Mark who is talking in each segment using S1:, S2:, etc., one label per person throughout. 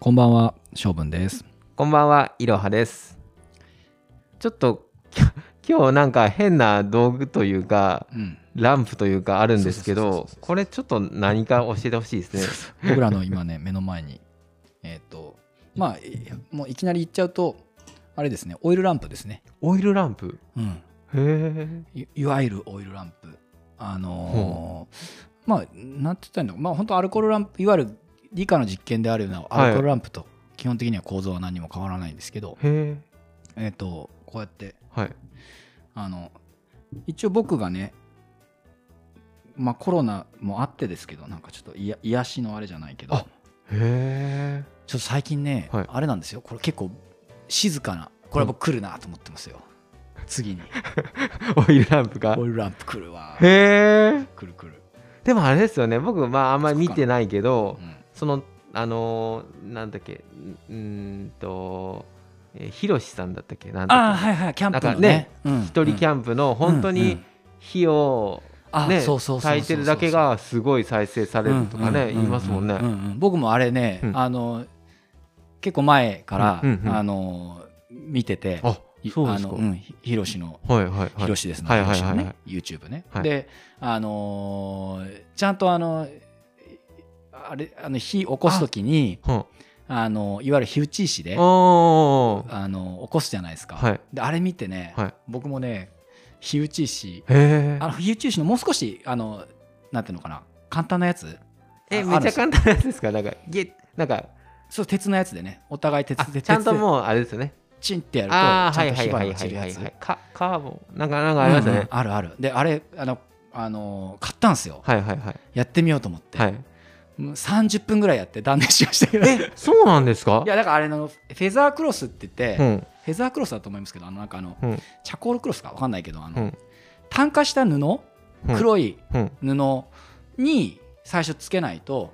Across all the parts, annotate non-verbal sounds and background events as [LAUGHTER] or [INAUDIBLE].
S1: こんばんは、しょうぶんです。
S2: こんばんは、いろはです。ちょっと [LAUGHS] きょ今日なんか変な道具というか、
S1: うん、
S2: ランプというかあるんですけ
S1: そうそうそう
S2: ど
S1: そう、
S2: これちょっと何か教えてほしいですね。
S1: 僕らの今ね、目の前に、えっ、と、まあ、いもういきなり言っちゃうと、あれですね、オイルランプですね。
S2: オイルランプ
S1: うん、
S2: へえ。
S1: いいわゆるオイルランプ。あのーまあ、なんて言ったらいいのまあ、本当アルコールランプ、いわゆる理科の実験であるようなアルコールランプと、基本的には構造は何も変わらないんですけど、
S2: へえ。
S1: えっ、と、こうやって、
S2: はい。
S1: あの一応僕がねまあコロナもあってですけどなんかちょっといや癒しのあれじゃないけどちょ
S2: あへえ。
S1: っと最近ね、
S2: はい
S1: あれなんですよこれ結構静かなこれは僕来るなと思ってますよ、次に
S2: [LAUGHS] オイルランプが
S1: オ。イルランプ来るわ
S2: へえ。
S1: 来る来る、
S2: でもあれですよね、僕、まああんまり見てないけど
S1: う、ん
S2: その、あのー、なんだっけ、ううーんと、えーひろしさんだったっけ、なん
S1: ああ
S2: だっ
S1: はいはいキャンプのねうん
S2: け、一人キャンプの本当
S1: うんう
S2: に
S1: ん
S2: 火を
S1: あ
S2: ね、
S1: そうそうそうそう
S2: 炊いてるだけがすごい再生されるとかね、言いますもんね。
S1: うううん僕もあれね、
S2: うん
S1: あの結構前から、
S2: うんうんうん
S1: あの見てて
S2: あ
S1: い
S2: そうですか
S1: あの、うん、ひひろしの
S2: はいはいはい。
S1: ひろしですね。
S2: はい
S1: ひろ
S2: はい
S1: し
S2: は
S1: の
S2: いはい
S1: ね、YouTube ね。
S2: はい
S1: で、あのーちゃんとあの、あれ、あの火起こすときに、
S2: は
S1: あのいわゆる火打ち石で、
S2: あおー
S1: あの起こすじゃないですか。
S2: はい
S1: で、あれ見てね、
S2: はい。
S1: 僕もね、火打ち石、
S2: へ
S1: あの火打ち石のもう少し、あの、なんていうのかな、簡単なやつ。
S2: え。え、
S1: あ
S2: めっちゃ
S1: あるんですよ
S2: 簡単なやつですかなんか、ゲッ、なんか、
S1: そう、鉄のやつでね、お互い鉄
S2: あ
S1: で、
S2: ちゃんと
S1: 鉄で
S2: もうあれですよね。
S1: チンってやると、ち
S2: ああ、は
S1: ゃ
S2: い
S1: んと
S2: は
S1: 火
S2: いは
S1: 花
S2: い
S1: が
S2: は
S1: 散
S2: い
S1: る
S2: は
S1: や
S2: い
S1: つ
S2: は。い。かカーボン、なんか、なんかありました
S1: うんう
S2: ね
S1: ん。あるある。で、あれ、あの、あの買ったんですよ。
S2: はいはいはい。
S1: やってみようと思って。
S2: はい。
S1: もう30分ぐらいやって断念しましたけどい
S2: え、そうなんですか
S1: やだからあれのフェザークロスって言って、
S2: うん。
S1: フェザークロスだと思いますけどあのなんかあの
S2: うん。
S1: チャコールクロスか分かんないけどあの、
S2: うん
S1: 炭化した布、
S2: うん
S1: 黒い
S2: うん。
S1: 布に最初つけないと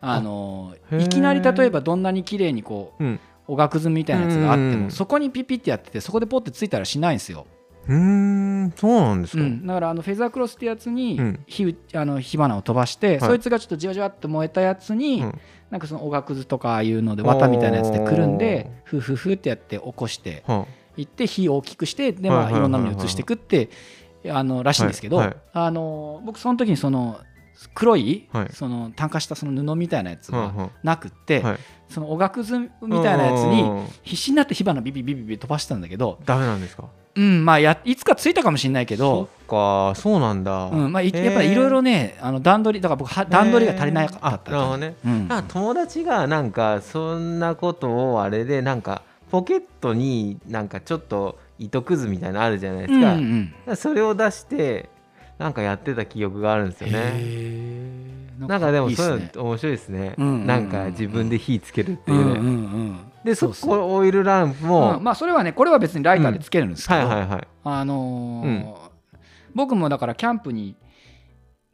S1: あの
S2: あへー
S1: いきなり例えばどんなに綺麗にこう
S2: うん。
S1: おがくずみたいなやつがあって
S2: うんうんう
S1: も
S2: ん
S1: そこにピピってやっててそこでポッてついたらしないんですよ、
S2: うーん、そうなんです
S1: う
S2: か。
S1: ん、だからあのフェザークロスってやつに
S2: うん
S1: 火,、あの火花を飛ばして、
S2: い
S1: そいつがちょっとじわじわっと燃えたやつに、
S2: うん
S1: なんかそのおがくずとかああいうので綿みたいなやつでくるんで
S2: おー
S1: ふふふってやって起こして
S2: はい
S1: って火を大きくしてで
S2: はい
S1: ま
S2: は
S1: あい
S2: いはい
S1: ろ
S2: はい
S1: んなのに移していくってあのらしいんですけど、
S2: はいはい
S1: あの僕その時にその黒い、
S2: はい
S1: その炭化したその布みたいなやつ
S2: い。は
S1: がなくって、
S2: いはい。
S1: そのおがくずみたいなやつに
S2: に。
S1: 必死になって火花ビビビビビ飛ばしてたんだけど、
S2: ダメなんですか
S1: うんまあ、やいつかついたかもしれないけど。
S2: そっか、そうなんだ。
S1: うんまあ、い
S2: へー
S1: やっぱりいろいろねあの段取りだから僕は段取りが足りなかったって
S2: へーあなるほどね
S1: うん
S2: あ友達がなんかそんなことをあれでなんかポケットになんかちょっと糸くずみたいなのあるじゃないですか,、
S1: うんうん
S2: それを出してなんかやってた記憶があるんですよね
S1: へー
S2: なんかでも
S1: いいっ
S2: そ
S1: す
S2: う
S1: ね
S2: いうの面白いですね
S1: うんうんうんうん
S2: なんか自分で火つけるって
S1: う
S2: い
S1: ん
S2: うね、
S1: うんうん
S2: で
S1: そ
S2: そう
S1: そう
S2: こオイルランプも、
S1: うんまあそれはねこれは別にライターでつけるんですけど、
S2: はいはいはい
S1: あのー僕もだからキャンプに
S2: ねうん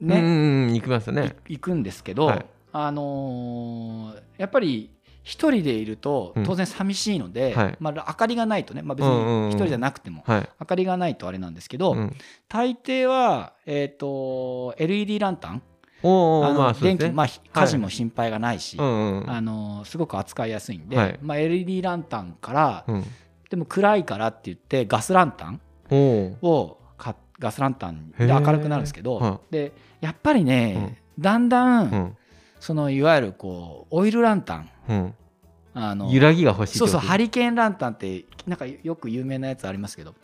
S1: ね、
S2: うんうん行きましたね
S1: い行くんですけど、
S2: はい
S1: あのーやっぱり一人でいると
S2: うん
S1: 当然寂しいので、
S2: はい
S1: まあ、明かりがないとね、まあ、別
S2: うんうん
S1: に
S2: うん
S1: 一人じゃなくても、
S2: はい、
S1: 明かりがないとあれなんですけど、
S2: うん、
S1: 大抵は、えー、と LED ランタン
S2: おー
S1: あ
S2: おー
S1: の
S2: まあそうで
S1: 電
S2: す
S1: 気、
S2: ね
S1: まあ、ひ火事も心配がないし、
S2: うんうん
S1: あのすごく扱いやすいんで、
S2: はい
S1: まあ、LED ランタンから、
S2: うん
S1: でも暗いからって言ってガスランタン
S2: おー
S1: を買っガスランタン
S2: へ
S1: で
S2: ー
S1: 明るくなるんですけど、
S2: は
S1: でやっぱりね、だんだん、
S2: うん
S1: そのいわゆるこうオイルランタン
S2: うん
S1: あの
S2: 揺らぎが欲しいって
S1: そ
S2: こ
S1: う
S2: と
S1: そうハリケーンランタンってなんかよく有名なやつありますけど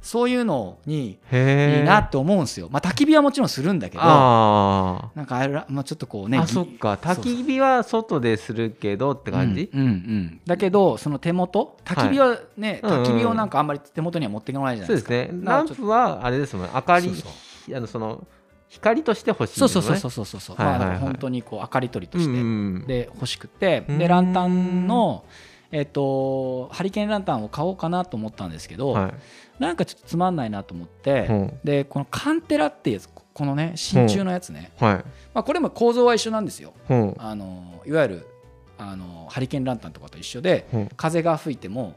S1: そういうのに
S2: へ
S1: い
S2: ー
S1: いなって思うんですよ、まあ、焚き火はもちろんするんだけど
S2: ああ
S1: なんかあれら、まあ、ちょっとこうねぎ
S2: あそっか
S1: そうそう
S2: 焚き火は外でするけどって感じ、
S1: うんうんうんだけどその手元焚き火はね、
S2: うんうんうん
S1: 焚き火をなんかあんまり手元には持ってこないじゃない
S2: そう
S1: で
S2: です
S1: か
S2: すね
S1: な
S2: ラ
S1: ん
S2: ン
S1: かちょっと
S2: プはあれですもんね明かり
S1: そうそう
S2: あのその光として欲しいん
S1: そ
S2: で
S1: うそ
S2: すよ
S1: う
S2: ね
S1: そうそうそうそう、
S2: はいはいはい
S1: まあだから本当にこう明かり取りと
S2: う
S1: し
S2: ん
S1: て、
S2: うん
S1: で欲しくて
S2: うー
S1: で
S2: ん
S1: ランタンのえっとハリケーンランタンを買おうかなと思ったんですけど、
S2: は
S1: なんかちょっとつまんないなと思って、
S2: い、うん
S1: でこのカンテラっていうやつここのね真鍮のやつね、
S2: はい
S1: まあ、これも構造は一緒なんですよ
S2: うん
S1: あのいわゆるあのハリケーンランタンとかと一緒で
S2: うん
S1: 風が吹いても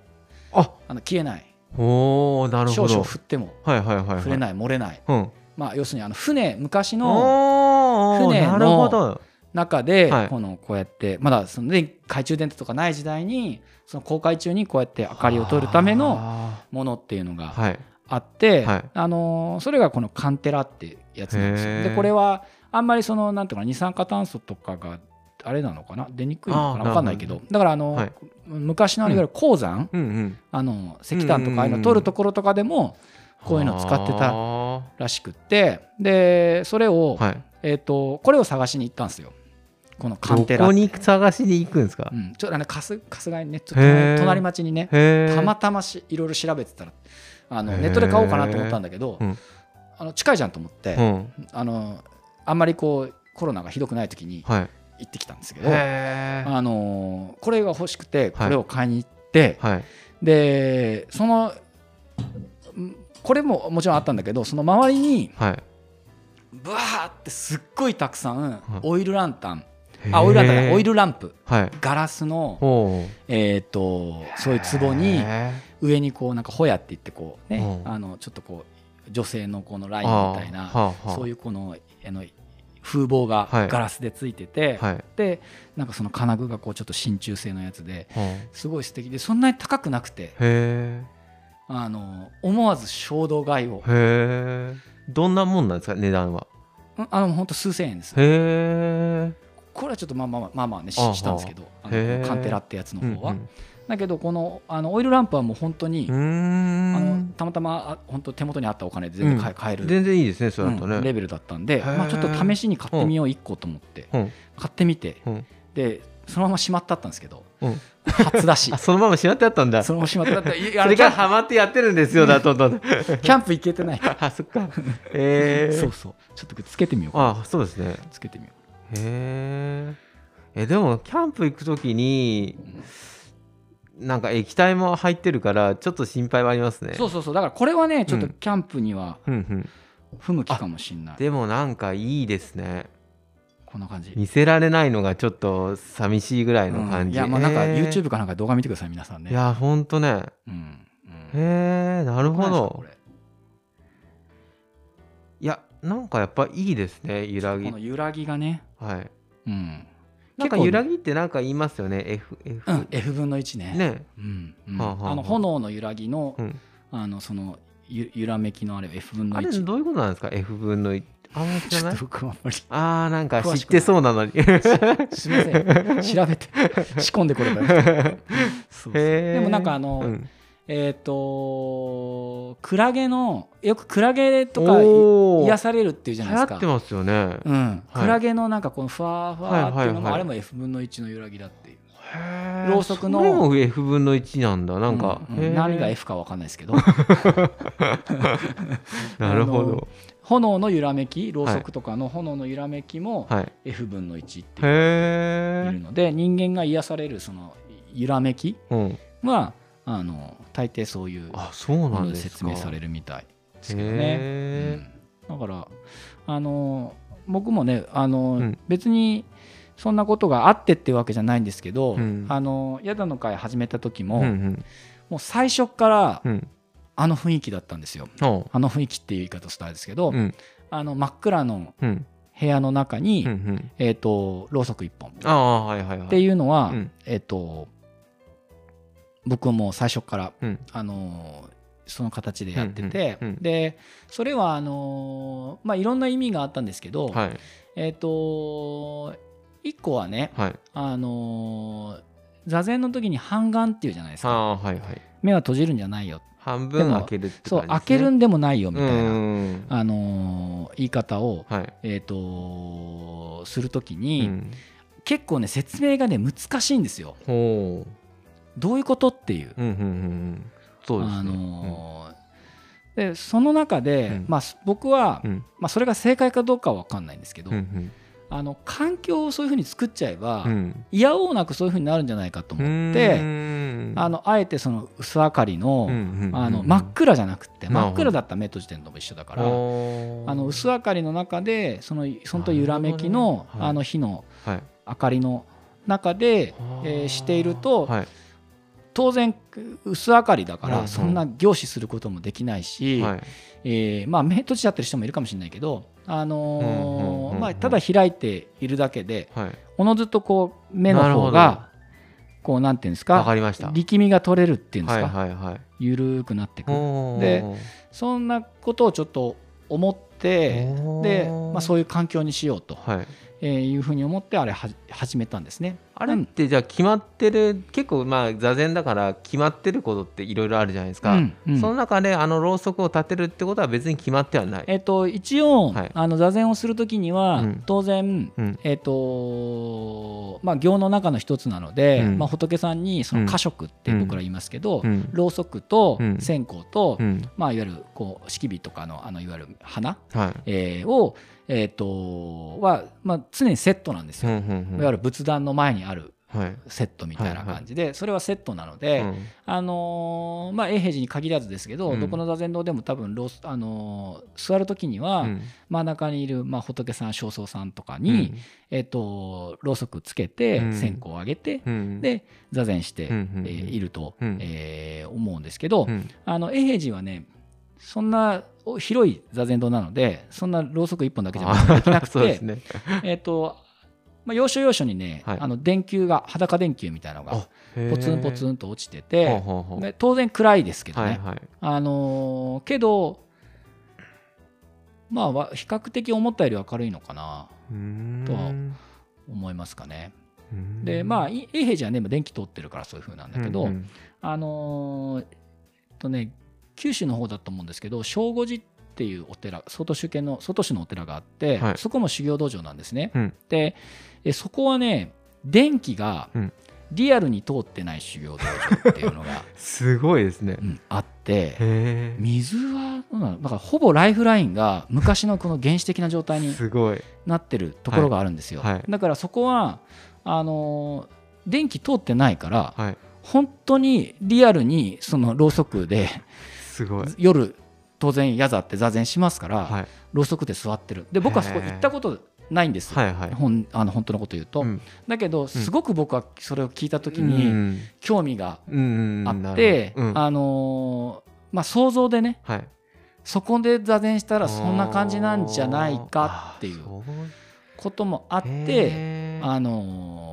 S2: あ
S1: あの消えない
S2: おおなる
S1: 少
S2: ほ
S1: 々
S2: ど
S1: 振っても
S2: はいはいはいはい
S1: 触れ
S2: い
S1: ない漏れない、
S2: うん
S1: まあ、要するにあの船昔の
S2: おーおー
S1: 船の
S2: なるほど
S1: 中で、
S2: はい
S1: このこうやってまだその、ね、懐中電灯とかない時代にその公開中にこうやって明かりを取るための
S2: あ
S1: ものっていうのが
S2: ーはい
S1: あって、
S2: はい
S1: あのーそれがこのカンテラってやつなんです
S2: へ
S1: よ。
S2: ー
S1: でこれはあんまりそのなんていうのかな二酸化炭素とかがあれなのかな出にくいのか
S2: あー
S1: な分かんないけどだからあの、
S2: はい
S1: 昔のいわゆる鉱山、
S2: うんうん
S1: あの石炭とかああいうの取るところとかでもこういうのを使ってた
S2: は
S1: らしくってでそれを、
S2: ーはい
S1: えー、とこれを探しに行ったんですよこのカンテ
S2: ど
S1: ラ
S2: こ
S1: って
S2: に探しに行くんですか、
S1: うん、ちょっとあの春春日井ねちょっと
S2: へー
S1: 隣隣町にね
S2: へえ
S1: たまたましいろいろ調べてたらあの
S2: へー
S1: ネットで買おうかなと思ったんだけど、
S2: うん
S1: あの近いじゃんと思って、
S2: うん
S1: あのあんまりこうコロナがひどくない時に
S2: はい
S1: 行ってきたんですけど、
S2: へー
S1: あのこれが欲しくてこれを買いに行って、
S2: はい
S1: でそのんこれももちろんあったんだけどその周りに
S2: はい
S1: ブワーってすっごいたくさん
S2: い
S1: オイルランタン、あオイルランタンじゃないオイ
S2: ル
S1: ルランプ
S2: はい
S1: ガラスの、
S2: ほ
S1: えー、とそういう
S2: う
S1: 壺に
S2: へ
S1: 上にこうなんかホヤって言ってこうね、
S2: うん
S1: あのちょっとこう女性のこのラ
S2: ー
S1: インみたい
S2: あ
S1: な
S2: ーはあはあ
S1: そういうこのあの風貌が
S2: はい
S1: ガラスでついてて、
S2: はい
S1: でなんかその金具がこうちょっと真鍮製のやつで
S2: ほうへ
S1: すごい素敵でそんなに高くなくて
S2: え
S1: あの思わず衝動買いを
S2: へえどんなもんなんですか値段は
S1: うんあの本当数千円です
S2: へえ
S1: これはちょっとまあまあまあまあまあねし
S2: あは
S1: したんですけどあ
S2: へ
S1: の
S2: ー
S1: カンテラってやつの
S2: うん
S1: 方は、だけどこのあのオイルランプはもう本当に、
S2: う
S1: あ
S2: んうー
S1: の
S2: ん
S1: たまたまあ本当手元にあったお金で全然買え,、買える
S2: 全然いいですねそうだと
S1: うんレ
S2: ね
S1: ベルだったんで、
S2: ー
S1: まあ、ちょっと試しに買ってみよう1個と思って、
S2: うん
S1: 買ってみて、
S2: うん
S1: でそのまましまってあったんですけど、
S2: うん
S1: 初
S2: [LAUGHS]
S1: 出し
S2: あそのまましまってあったんだ
S1: そ
S2: そ
S1: のまましまってあったいやあ
S2: れ
S1: のキ
S2: から
S1: ャ
S2: ハマってやってるんですよだとんど
S1: [LAUGHS]
S2: ん
S1: ンキャンプ行けてない、
S2: あそっかへえ
S1: そうそうちょっとつけてみようか
S2: あそうですね
S1: つけてみよ
S2: へーえでもキャンプ行く時になんか液体も入ってるからちょっと心配はありますね
S1: うそうそうそうだからこれはねちょっと
S2: うん
S1: キャンプには
S2: うんうん
S1: 不向きかもしれない、
S2: でもなんかいいですね
S1: こんな感じ
S2: 見せられないのがちょっと寂しいぐらいの
S1: う
S2: 感
S1: んい
S2: じ、
S1: やまあなんか
S2: へー
S1: YouTube かなんか動画見てください皆さんね
S2: いやほんとね
S1: うんうん
S2: へえなるほ
S1: こ
S2: ど
S1: れ
S2: いやなんかやっぱいいですね揺らぎ
S1: この揺らぎがね、
S2: はい
S1: うん、
S2: なん
S1: 結
S2: か
S1: 構
S2: 揺らぎってなんか言いますよね F, F、
S1: うん、F 分の1ね
S2: ね
S1: うんうん
S2: はあはあはあ
S1: あの炎の揺らぎの,、
S2: うん
S1: あのそのゆ揺らめきのあれ F 分の
S2: あれ
S1: 1
S2: どういうことなんですか F 分の1あんま知ら
S1: ちょ
S2: な
S1: っ
S2: い
S1: と僕はあんまり
S2: あーなんか
S1: 詳
S2: 知
S1: し
S2: っ
S1: くな
S2: て
S1: い
S2: そうなのにへ
S1: すみません
S2: [LAUGHS]
S1: 調べて仕込んでこればよかったそうそう
S2: ー
S1: でもなんかあの、
S2: うん
S1: えっ、とクラゲのよくクラゲとかい
S2: おー
S1: 癒されるっていうじ
S2: 流
S1: ゃないです
S2: 行っ
S1: か
S2: てますよね、
S1: うん、
S2: はい
S1: クラゲのなんかこのふわーふわーっていうのも、
S2: はいはいはい
S1: あれも F 分の1の揺らぎだっていう
S2: へー
S1: ろうそくの
S2: それも F 分の1なんだなんか、
S1: うんうん
S2: へー
S1: 何が F かわかんないですけど
S2: [LAUGHS] なるほど
S1: 炎の揺らめきろうそくとかの炎の揺らめきも
S2: はい
S1: F 分の1っていういる
S2: へえ
S1: ので人間が癒されるその揺らめき
S2: うん
S1: はあの大抵そういう
S2: あそう
S1: も
S2: な
S1: の
S2: ん
S1: で
S2: ですか
S1: 説明されるみたいですけどね、う
S2: へ
S1: ん、だからあの僕もねあの、
S2: ん
S1: 別にそんなことがあってってわけじゃないんですけど、
S2: うん
S1: あのヤダの会始めた時も、
S2: ーうん
S1: もう最初っから
S2: うんうん
S1: あの雰囲気だったんですよ
S2: お
S1: あの雰囲気っていう言い方したんですけど、
S2: うん
S1: あの真っ暗の
S2: うん
S1: 部屋の中に、
S2: うんうん
S1: えー、とろうそく一本
S2: ああはいはいはい
S1: っていうのは、
S2: うん
S1: えっ、と僕も最初から、
S2: うん
S1: あのーその形でやってて、
S2: うんうんうん
S1: でそれはあのーまあいろんな意味があったんですけど、
S2: はい
S1: えっ、と一個はね
S2: はい
S1: あのー座禅の時に半眼っていうじゃないですか
S2: ああはいはい
S1: 目は閉じるんじゃないよ、
S2: 半分開けるって
S1: そ
S2: 感
S1: う
S2: じですね
S1: 開けるんでもないよみたいな、
S2: うん
S1: あのー言い方を、
S2: はい
S1: えっとする時
S2: う
S1: に、
S2: ん
S1: 結構ね説明がね難しいんですよ
S2: ほ
S1: どういうことっていう
S2: ううんうんうんうんそうですね
S1: あのーでその中で、
S2: うん
S1: まあ、す僕は、
S2: うん
S1: まあ、それが正解かどうかは分かんないんですけど、
S2: うんうん
S1: あの環境をそういうふうに作っちゃえば、
S2: うん
S1: いやおうなくそういうふうになるんじゃないかと
S2: う
S1: 思って
S2: ーん
S1: あのあえてその薄明かりの,、あの真っ
S2: か
S1: 暗じゃなくて
S2: な
S1: 真
S2: るほど
S1: っ暗だったら目閉じてるのも一緒だから。あの薄
S2: い
S1: 明かりの中でその本当揺らめき
S2: なる
S1: の
S2: ほどねはい
S1: あの火の
S2: はい
S1: 明かりの中で、
S2: あー
S1: えーしていると
S2: はい
S1: 当然薄明かりだか
S2: うんう
S1: ら
S2: ん
S1: そんな凝視することもできないし、
S2: はい
S1: えーまあ、目閉じちゃってる人もいるかもしれないけど、あ
S2: うんうんうん
S1: の
S2: う
S1: ー
S2: ん
S1: まあ、ただ開いているだけで
S2: はい
S1: おのずとこう目の
S2: なるほ
S1: 方
S2: ど
S1: がこうなんていうんです
S2: わ
S1: か
S2: かりました
S1: 力みが取れるっていうんです
S2: はい
S1: か、
S2: はいはい
S1: 緩くなってくる
S2: おー
S1: でそんなことをちょっと思って
S2: おー
S1: で、まあ、そういう環境にしようと
S2: はい
S1: えーいうふうに思ってあれは始めたんですね。
S2: あれ
S1: う
S2: っ
S1: ん
S2: てじゃあ決まってる結構まあ座禅だから決まってることっていろいろあるじゃないですか、
S1: うんうん
S2: その中であのろうそくを立てるってことは別に決まってはない
S1: えっと一応、
S2: はい
S1: あの座禅をするときには、
S2: うん
S1: 当然、
S2: うん
S1: えっとまあ、行の中の一つなので、
S2: うん
S1: まあ、仏さんにその火食って僕ら言いますけど、
S2: うん
S1: ろうそくと
S2: うん
S1: 線香と、
S2: うん
S1: まあ、いわゆるこう式火とかのあのいわゆる花、
S2: はい
S1: えーを、えっとはまあ、常にセットなんです
S2: う
S1: よ、
S2: んうんうん
S1: いわゆる仏壇の前にある
S2: はい
S1: セットみたいな感じで、それはセットなので、
S2: うん
S1: あのーまあ、永平寺に限らずですけど、
S2: うん
S1: どこの座禅堂でも多分ロス、あのー座る時には、
S2: うん
S1: 真ん中にいる、まあ、仏さん正僧さんとかに、えっとろうそくつけて、
S2: うん
S1: 線香をあげて、
S2: うんうん
S1: で座禅して、
S2: うんうんうん
S1: えーいると、
S2: うん
S1: えー思うんですけど、
S2: うん
S1: あの永平寺はねそんなお広い座禅堂なのでそんなろうそく1本だけじゃできなく
S2: [LAUGHS] そうで
S1: て
S2: す、ね
S1: えっとまあ、要所要所にね、
S2: はい
S1: あの電球が裸電球みたいなのが
S2: あへー
S1: ポツンポツンと落ちてて。
S2: ほうほうほう
S1: ね当然暗いですけどね、
S2: はいはい
S1: あのーけどまあわ比較的思ったより明るいのかな
S2: うーん
S1: とは思いますかね。
S2: うん
S1: でまあい永平寺はね今電気通ってるからそういう風なんだけど、
S2: うんうん
S1: あのーえっとね九州の方だと思うんですけど正午寺っていうお寺外主家の外市のお寺があって、
S2: はい
S1: そこも修行道場なんですね。
S2: うん
S1: でえそこはね電気が
S2: うん
S1: リアルに通ってない修行道場っていうのが、
S2: すごいですね
S1: うんあって。
S2: へ
S1: 水はどうなのだからほぼライフラインが昔のこの原始的な状態
S2: え
S1: に
S2: すごい
S1: なってるところがあるんですよ、
S2: はいはい
S1: だからそこはあのー電気通ってないから、
S2: はい
S1: 本当にリアルにそのろうそくです
S2: ごい
S1: 夜当然やざって座禅しますから、
S2: はい
S1: ろうそくで座ってるで僕はそこ行ったことないんですよ、
S2: はいはい
S1: ほんあの本当のこと言うと、
S2: うん
S1: だけどすごく僕はそれを聞いた時
S2: う
S1: に
S2: ん
S1: 興味が
S2: うんうん
S1: あ
S2: な
S1: っ
S2: る
S1: て、
S2: ほどうん
S1: あのーまあ想像でね
S2: はい
S1: そこで座禅したらそんな感じなんじゃないかってい
S2: あ
S1: う
S2: ー
S1: こともあ
S2: あ
S1: っ
S2: そう
S1: て、
S2: へー
S1: あのー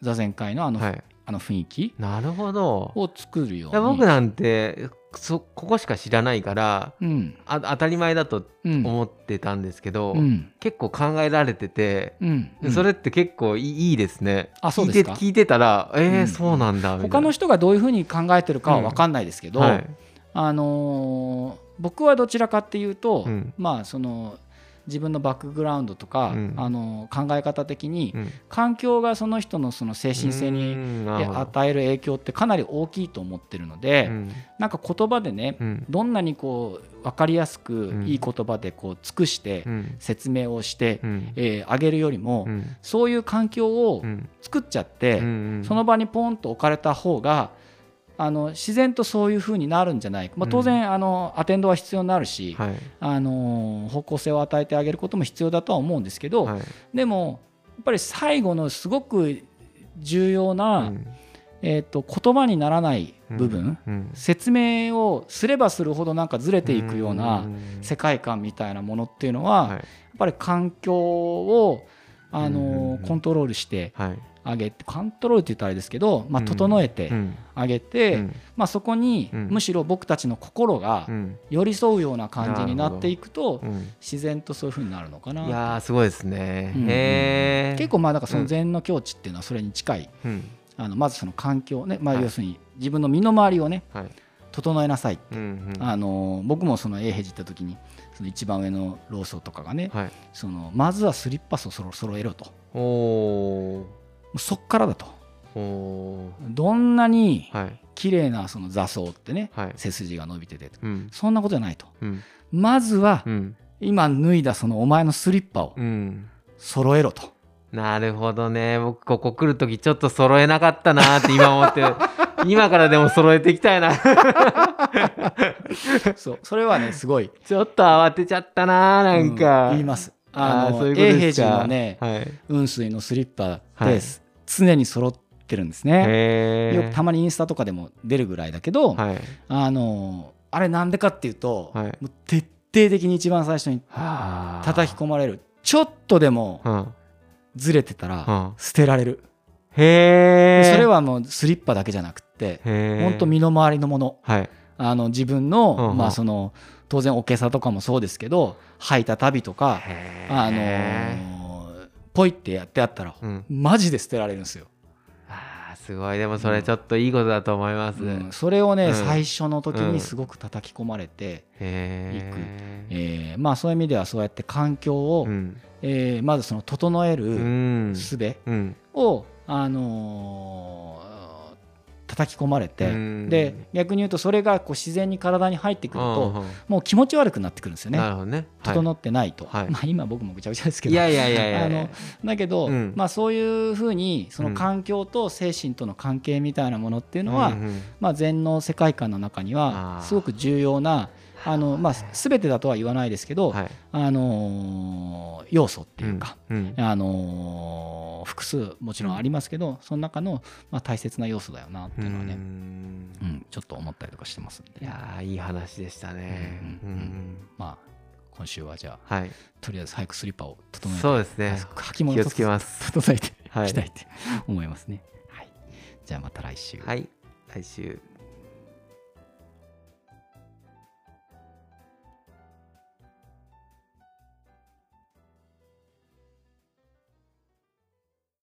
S1: 座禅会のあの,、
S2: はい
S1: あの雰囲気
S2: なるほど
S1: を作るよ
S2: いうや
S1: に。
S2: 僕なんてそここしか知らないから
S1: うん
S2: あ当たり前だと
S1: うん
S2: 思ってたんですけど、
S1: うん
S2: 結構考えられてて、
S1: うんうん
S2: それって結構いいいいですね
S1: あそうですか
S2: 聞いて聞いてたらえー
S1: うん
S2: そうなんだみたいな
S1: 他の人がどういうふうに考えてるかは分かんないですけど、
S2: はい
S1: あのー僕はどちらかっていうと、
S2: うん
S1: まあその自分のバックグラウンドとか、
S2: うん
S1: あのー考え方的に
S2: うん
S1: 環境がその人のその精神性
S2: う
S1: に
S2: んなるほど
S1: 与える影響ってかなり大きいと思ってるので、
S2: うん
S1: なんか言葉でね、
S2: うん
S1: どんなにこう分かりやすく
S2: うん
S1: いい言葉でこう尽くして
S2: うん
S1: 説明をして、
S2: うん
S1: えーあげるよりも、
S2: うん
S1: そういう環境を
S2: うん
S1: 作っちゃって、
S2: うん
S1: その場にポンと置かれた方があの自然とそういう風になるんじゃないか、まあ、当然、あのアテンドは必要になるし、
S2: はい
S1: あのー方向性を与えてあげることも必要だとは思うんですけど、
S2: はい
S1: でもやっぱり最後のすごく重要な、
S2: うん
S1: えー、と言葉にならない部分、
S2: うん
S1: 説明をすればするほどなんかずれていくようなん世界観みたいなものっていうの
S2: はい
S1: はやっぱり環境をあの
S2: うん
S1: コントロールして
S2: はい
S1: あげてコントロールって言ったらあれですけどまあ
S2: うん
S1: 整え
S2: う
S1: て
S2: ん
S1: あげ
S2: う
S1: て
S2: ん
S1: まあそこに
S2: うん
S1: むしろ僕たちの心が
S2: うん
S1: 寄り添うような感じになっていくと
S2: うん
S1: 自然とそういうふうになるのか
S2: い
S1: な
S2: やーすごいですね。
S1: うん
S2: へえ。
S1: 結構まあだからその禅の境地っていうのはそれに近い
S2: うん、
S1: あのまずその環境ねまあ
S2: はい
S1: 要するに自分の身の回りをね
S2: はい。
S1: 整えなさい
S2: うんうん。
S1: あの僕もその永平寺行った時にその一番上のローソンとかがね、
S2: はい。
S1: そのまずはスリッパスをそろ揃えろとも
S2: おお
S1: うそっからだと
S2: ー。お
S1: どんなに
S2: ー。はい。
S1: 綺麗なその座草ってね、
S2: はい。
S1: 背筋が伸びてて
S2: うん。
S1: そんなことじゃないと
S2: うん。
S1: まずは
S2: うん。
S1: 今脱いだそのお前のスリッパを
S2: うん。
S1: 揃えろ
S2: [LAUGHS]
S1: と、
S2: なるほどね。僕、ここ来るとき、ちょっと揃えなかったなーって [LAUGHS] 今思ってる。今からでも揃えていきたいな。 [LAUGHS]
S1: そうそれはねすごい
S2: ちょっと慌てちゃったなー、なんか。
S1: う言います
S2: あ
S1: あ
S2: ー
S1: の
S2: そういうこと
S1: 永
S2: で
S1: 平
S2: すか
S1: 寺のね、
S2: はい。
S1: 雲水のスリッパ
S2: は
S1: で
S2: い
S1: す、常に揃ってってるんですね。
S2: へえ
S1: よくたまにインスタとかでも出るぐらいだけど、
S2: はい
S1: あのあれなんでかっていうと、
S2: はい
S1: もう徹底的に一番最初に
S2: はあ
S1: 叩き込まれるちょっとでも
S2: うん
S1: ずれてたら
S2: うん
S1: 捨てられる、
S2: へえ
S1: それはもうスリッパだけじゃなくって
S2: へえ
S1: 本当身の回りのもの
S2: はい
S1: あの自分の,、
S2: うんうん
S1: まあ、その当然おけさとかもそうですけど履いたたびとか、
S2: へえ
S1: あのーポイってやってあったら、
S2: うん
S1: マジで捨てられるんですよ。
S2: あーすごいでもそれちょっといいことだと思います、
S1: うんそれをね、
S2: うん
S1: 最初の時
S2: う
S1: に
S2: ん
S1: すごく叩き込まれて、
S2: へえ
S1: えーまあ、そういう意味ではそうやって環境を、
S2: うん
S1: えーまずその整え
S2: う
S1: る
S2: ん
S1: 術
S2: うん
S1: を、あのー叩き込まれて、
S2: うん
S1: で逆に言うとそれがこう自然に体に入ってくると、
S2: うんうん
S1: もう気持ち悪くなってくるんですよね。
S2: なるほどねはい
S1: 整ってないと、
S2: はい
S1: まあ、今僕もぐちゃぐちゃですけど
S2: いやいやいやいや
S1: あのだけど、
S2: うん
S1: まあ、そういうふうにその環境と精神との関係みたいなものっていうのは、
S2: うんうん
S1: まあ、禅の世界観の中に
S2: あ
S1: は
S2: ー
S1: すごく重要なあの、まあ、全てだとは言わないですけど、
S2: はい、っ
S1: あのー要素っていうか、、
S2: うん
S1: あのー複数もちろんありますけどその中の、まあ、大切な要素だよなっていうのはね、
S2: ん
S1: うんちょっと思ったりとかしてますんで
S2: いやーいい話でしたね。
S1: うん
S2: うん
S1: まあ、今週はじゃあ
S2: はい、
S1: とりあえず早くスリッパを整えて
S2: そうですね。
S1: 履物
S2: 気をつけます。
S1: 整えてい
S2: はい
S1: きたいと思いますね。はい、じゃあまた来週。
S2: はい、来週。